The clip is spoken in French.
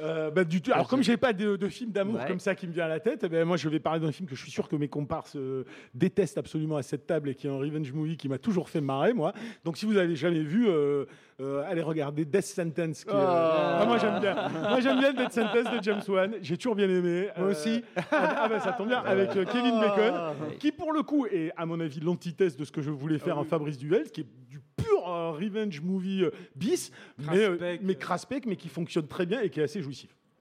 Euh, bah, du tout. Alors, Ouais, comme c'est- j'ai pas de, de film d'amour Ouais. comme ça qui me vient à la tête, eh ben, moi je vais parler d'un film que je suis sûr que mes comparses euh, détestent absolument à cette table et qui est un revenge movie qui m'a toujours fait marrer, moi. Donc, si vous avez jamais vu, euh, euh, allez regarder Death Sentence. Qui, est, euh, Ah. ah, moi j'aime bien. Moi j'aime bien Death Sentence de James Wan. J'ai toujours bien aimé. Moi aussi. Ah, bah, ça tombe bien avec euh, Kevin Bacon, qui pour le coup est à mon avis l'antithèse de ce que je voulais faire en Fabrice Duvel, qui est du pur euh, revenge movie euh, bis, mais, euh, Craspec. mais craspec, mais qui fonctionne très bien et qui est assez jouissif.